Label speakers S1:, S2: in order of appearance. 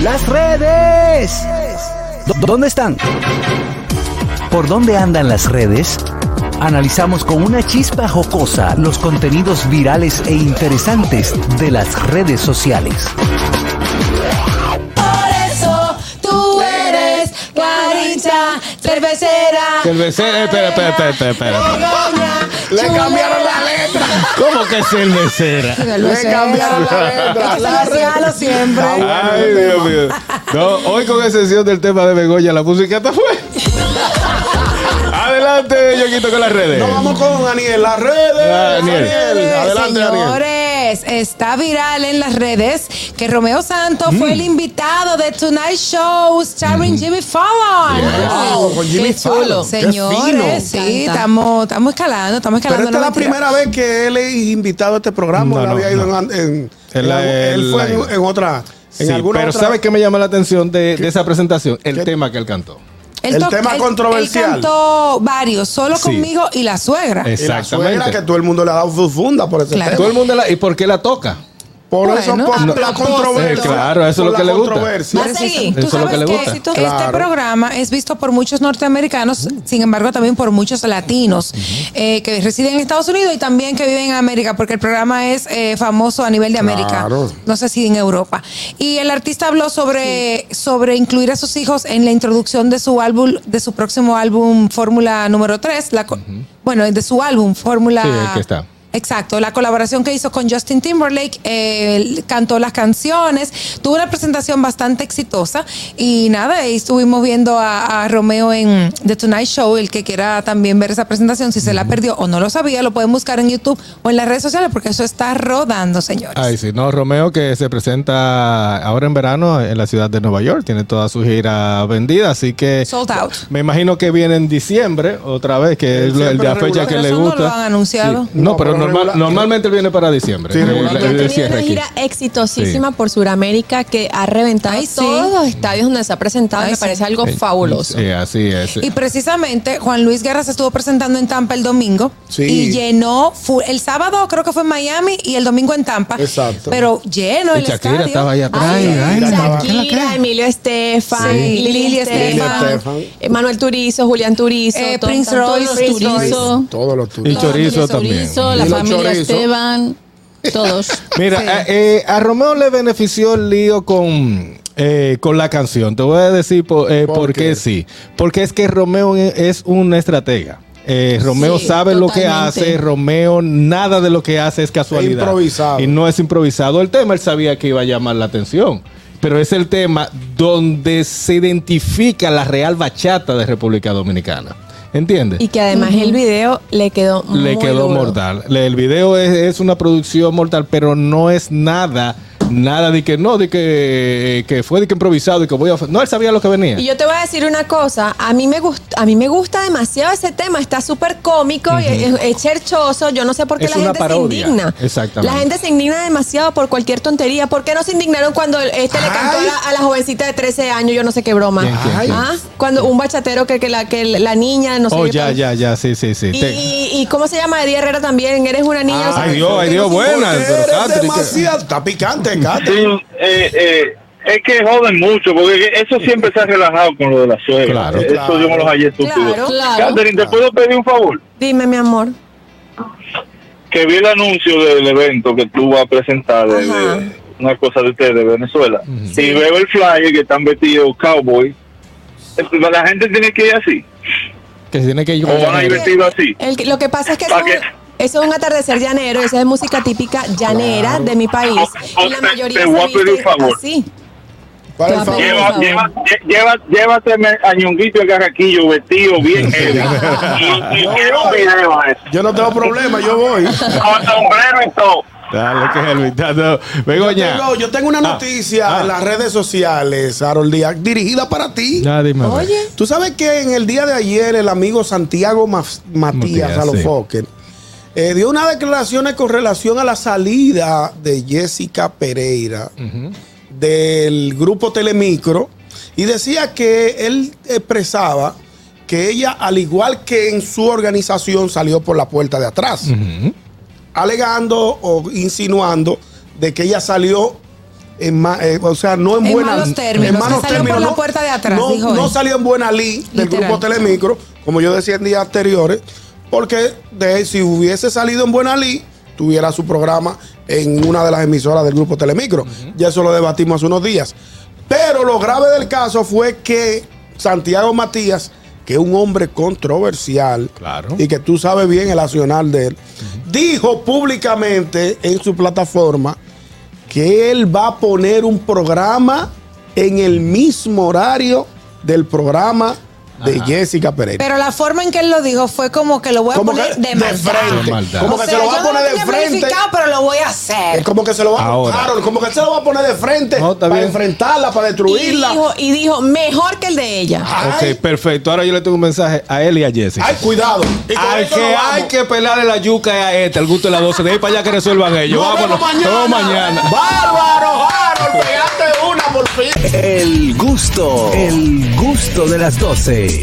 S1: Las redes. ¿Dónde están? ¿Por dónde andan las redes? Analizamos con una chispa jocosa los contenidos virales e interesantes de las redes sociales.
S2: Por eso tú eres guarincha, cervecera.
S3: Cervecera, eh, espera, espera, espera, espera, espera.
S2: Begoña,
S4: Le
S2: chulera.
S4: cambiaron la letra.
S3: ¿Cómo que cervecera?
S4: Le cambiaron la letra. Ah,
S2: Es que se decía lo siempre.
S3: Ay, Dios mío. No, hoy con excepción del tema de Begoña, la música está fue. Adelante, Yoquito, con las redes.
S4: Nos vamos con Daniel. Las redes.
S3: Eh. Ah, Daniel.
S4: Daniel, Adelante, Daniel.
S2: Señores, está viral en las redes que Romeo Santos fue
S4: Mm.
S2: el invitado de Tonight Show's Starring Jimmy Fallon.
S4: Wow, con Jimmy
S5: Qué
S4: Fallon.
S5: chulo.
S4: Qué fino.
S2: Señores, sí,
S5: Encanta.
S2: estamos estamos escalando, estamos
S4: Pero
S2: escalando.
S4: esta
S2: no
S4: es la
S2: mentira.
S4: primera vez que él es invitado a este programa.
S3: No,
S4: Él
S3: no,
S4: había ido
S3: no.
S4: en, en-
S3: Él
S4: en-
S3: la-
S4: él
S3: él
S4: fue
S3: la
S4: en,
S3: hizo.
S4: en otra. En
S3: Sí,
S4: alguna
S3: pero
S4: otra-
S3: ¿sabe qué me llama la atención de, de esa presentación? El tema que él cantó.
S2: Él
S4: El
S2: to-
S4: tema
S2: él-
S4: controversial.
S2: Él cantó varios, solo
S3: Sí.
S2: conmigo y la suegra.
S4: Y la suegra que todo el mundo le ha dado funda por ese
S2: Claro.
S4: tema.
S3: Todo el mundo la... ¿Y por qué la toca?
S4: Por
S2: Bueno,
S4: eso, por
S2: a
S4: la
S2: propósito.
S4: controversia.
S3: Eh, claro, eso es
S4: Por
S3: lo que
S4: la
S3: le gusta.
S4: controversia.
S2: Más seguí.
S3: Eso
S2: Tú
S3: es lo
S2: sabes
S3: que le
S2: que
S3: gusta.
S2: este
S4: Claro.
S2: programa es visto por muchos norteamericanos, sin embargo también por muchos latinos eh, que residen en Estados Unidos y también que viven en América, porque el programa es eh, famoso a nivel de América,
S4: Claro.
S2: no sé si en Europa. Y el artista habló sobre, sobre incluir a sus hijos en la introducción de su álbum, de su próximo álbum Fórmula número 3, la, co- bueno, de su álbum Fórmula...
S3: Sí, el que está.
S2: Exacto, la colaboración que hizo con Justin Timberlake, eh, él cantó las canciones, tuvo una presentación bastante exitosa y nada, ahí estuvimos viendo a, a Romeo en The Tonight Show, el que quiera también ver esa presentación, si se la perdió o no lo sabía, lo pueden buscar en YouTube o en las redes sociales porque eso está rodando, señores.
S3: Ay, sí, no, Romeo que se presenta ahora en verano en la ciudad de Nueva York, tiene toda su gira vendida, así que
S2: Sold out.
S3: me imagino que viene en diciembre otra vez, que es
S4: Siempre
S3: el de la
S4: regular.
S3: fecha que
S2: Pero
S3: le
S2: eso no
S3: gusta.
S2: lo han anunciado.
S3: Sí. No,
S4: No,
S3: pero,
S4: pero
S3: normal-
S4: regular-
S3: normalmente él viene para diciembre.
S4: Sí,
S3: el-
S4: regular.
S3: el-
S5: Ha
S3: el
S5: tenido
S3: cierre
S5: una
S3: aquí.
S5: gira exitosísima por Sudamérica que ha reventado
S2: Ay, sí.
S5: todos los estadios donde se ha presentado.
S2: Ay,
S5: me
S2: sí.
S5: parece algo
S3: Eh,
S5: fabuloso.
S3: sí, así es.
S2: Y precisamente Juan Luis Guerra se estuvo presentando en Tampa el domingo
S4: Sí.
S2: y llenó fu- el sábado creo que fue en Miami y el domingo en Tampa.
S4: Exacto.
S2: Pero lleno
S3: Y
S2: el
S3: Shakira
S2: estadio. Ah,
S3: estaba ahí atrás.
S5: Ay,
S3: Ay, ay,
S4: la-
S5: Shakira, Emilio Estefan,
S2: Sí.
S5: Lili,
S2: Lili
S5: Estefan,
S4: Estefan.
S5: eh, Manuel Turizo, Julián Turizo,
S2: Eh,
S5: todo-
S2: Prince
S5: todos
S2: Royce,
S5: los
S2: Prince
S5: Turizo,
S4: Todo lo
S3: Y
S4: tuyo.
S5: toda la familia
S3: Chorizo también.
S5: Turizo,
S4: Y
S5: la
S4: los
S5: familia
S4: Chorizo.
S5: Esteban, todos.
S3: Mira,
S2: Sí.
S3: a, eh, a Romeo le benefició el lío con, eh, con la canción. Te voy a decir por, eh,
S4: ¿Por
S3: por
S4: qué?
S3: qué? sí. Porque es que Romeo e- es un estratega. Eh, Romeo
S5: Sí,
S3: sabe lo que
S5: totalmente.
S3: hace, Romeo nada de lo que hace es casualidad.
S4: improvisado.
S3: Y no es improvisado el tema, él sabía que iba a llamar la atención. Pero es el tema donde se identifica la real bachata de República Dominicana. ¿Entiendes?
S5: Y que además el video le quedó
S3: le
S5: muy
S3: quedó
S5: duro.
S3: mortal. Le- El video es, es una producción mortal, pero no es nada, nada de que no, de que, que fue de que improvisado y que voy a. No, él sabía lo que venía.
S5: Y yo te voy a decir una cosa, a mí me gusta, a mí me gusta demasiado ese tema, está súper cómico, y es, es cherchoso, yo no sé por qué
S3: Es
S5: la
S3: una
S5: gente
S3: parodia,
S5: se indigna.
S3: exactamente.
S5: La gente se indigna demasiado por cualquier tontería. ¿Por qué no se indignaron cuando el- este le cantó a la, a la jovencita de 13 años, yo no sé qué broma?
S3: ¿Quién, quién, quién?
S5: ¿Ah? Cuando un bachatero que, que la que la niña, no sé
S3: oh,
S5: qué
S3: ya,
S5: tal.
S3: ya, ya, sí, sí, sí.
S5: Y,
S3: Te-
S5: y- y cómo se llama Eddie Herrera también, eres una niña. o sea,
S3: Ay, Dios, ay, Dios, buena.
S4: Porque
S3: Pero
S4: eres
S3: Catherine, que-
S4: demasiado- Está picante, Catherine.
S6: Sí, eh, eh, es que joden mucho, porque eso siempre se ha relajado con lo de la suegra.
S3: Claro.
S6: eso yo me los hallé estúpidos.
S5: Claro, claro.
S6: Catherine, ¿te puedo pedir un favor?
S5: Dime, mi amor.
S6: Que vi el anuncio del evento que tú vas a presentar de,
S5: Ajá.
S6: de una cosa de ustedes de Venezuela. Y veo el flyer que están vestidos cowboy. La gente tiene que ir así.
S3: que se tiene que ir.
S6: O van a ir vestidos así.
S5: El que- lo que pasa es que
S6: ¿Pa'
S5: eso,
S6: qué?
S5: eso es un atardecer llanero, esa es música típica llanera de mi país.
S6: O-
S5: y la
S6: te-
S5: mayoría
S6: te
S5: se
S6: voy a pedir un
S5: visten
S6: favor.
S5: así.
S4: ¿Cuál es el
S5: Te va a
S4: favor?
S5: pedir-
S6: Lleva,
S5: favor.
S6: lleva, lle- lleva, llévateme a Ñonguito y a Carraquillo vestido bien heavy. y, y quiero un video de eso.
S4: Yo no tengo problema, yo voy.
S6: Con sombrero y todo.
S3: Dale, que es el invitado. Begoña.
S4: Tengo- yo tengo una noticia
S3: ah.
S4: en las redes sociales, Harold Díaz, dirigida para ti.
S3: Ya, dime. a ver.
S5: Oye.
S4: Tú sabes que en el día de ayer el amigo Santiago Mas- Matías
S3: Matías,
S4: Alofoque eh, dio unas declaraciones con relación a la salida de Jessica Pereira del grupo Telemicro y decía que él expresaba que ella, al igual que en su organización, salió por la puerta de atrás, alegando o insinuando de que ella salió en ma- eh, o sea, no en,
S2: En
S4: buena-
S2: malos términos,
S4: en malos
S2: que salió
S4: términos,
S2: por la
S4: no-
S2: puerta de atrás,
S4: No,
S2: dijo
S4: no
S2: él.
S4: salió en buena ley del
S2: Literal.
S4: grupo Telemicro, como yo decía en días anteriores, porque de, si hubiese salido en buena ley, tuviera su programa en una de las emisoras del grupo Telemicro. Ya eso lo debatimos hace unos días. Pero lo grave del caso fue que Santiago Matías, que es un hombre controversial,
S3: Claro.
S4: y que tú sabes bien el nacional de él, dijo públicamente en su plataforma que él va a poner un programa en el mismo horario del programa de Jessica Pereira.
S2: Pero la forma en que él lo dijo fue como que lo voy a
S4: como que
S2: poner de maldad.
S3: De
S4: frente.
S3: maldad.
S4: Como
S2: O
S4: que
S2: sea,
S4: se lo va
S2: yo
S4: a
S2: no lo
S4: poner de
S2: tenía
S4: frente.
S2: planificado, pero lo voy a
S4: Es
S2: hacer.
S4: como que se lo va
S3: Ahora.
S4: Harold, como que se lo va a poner de frente
S3: No, está
S4: para
S3: bien.
S4: enfrentarla, para
S5: Y
S4: destruirla.
S5: dijo, y dijo, mejor que el de ella.
S4: Ay,
S3: Ok, perfecto. Ahora yo le tengo un mensaje a él y a Jessica.
S4: ay, cuidado. Y con
S3: Al
S4: esto
S3: que
S4: nos vamos.
S3: hay que pelarle la yuca es a este, al gusto de las 12. De ahí para allá que resuelvan ellos.
S4: Nos vemos
S3: Vámonos. Nos vemos mañana.
S4: Bárbaro, Harold, pegate una por fin.
S1: El gusto, el gusto de las 12.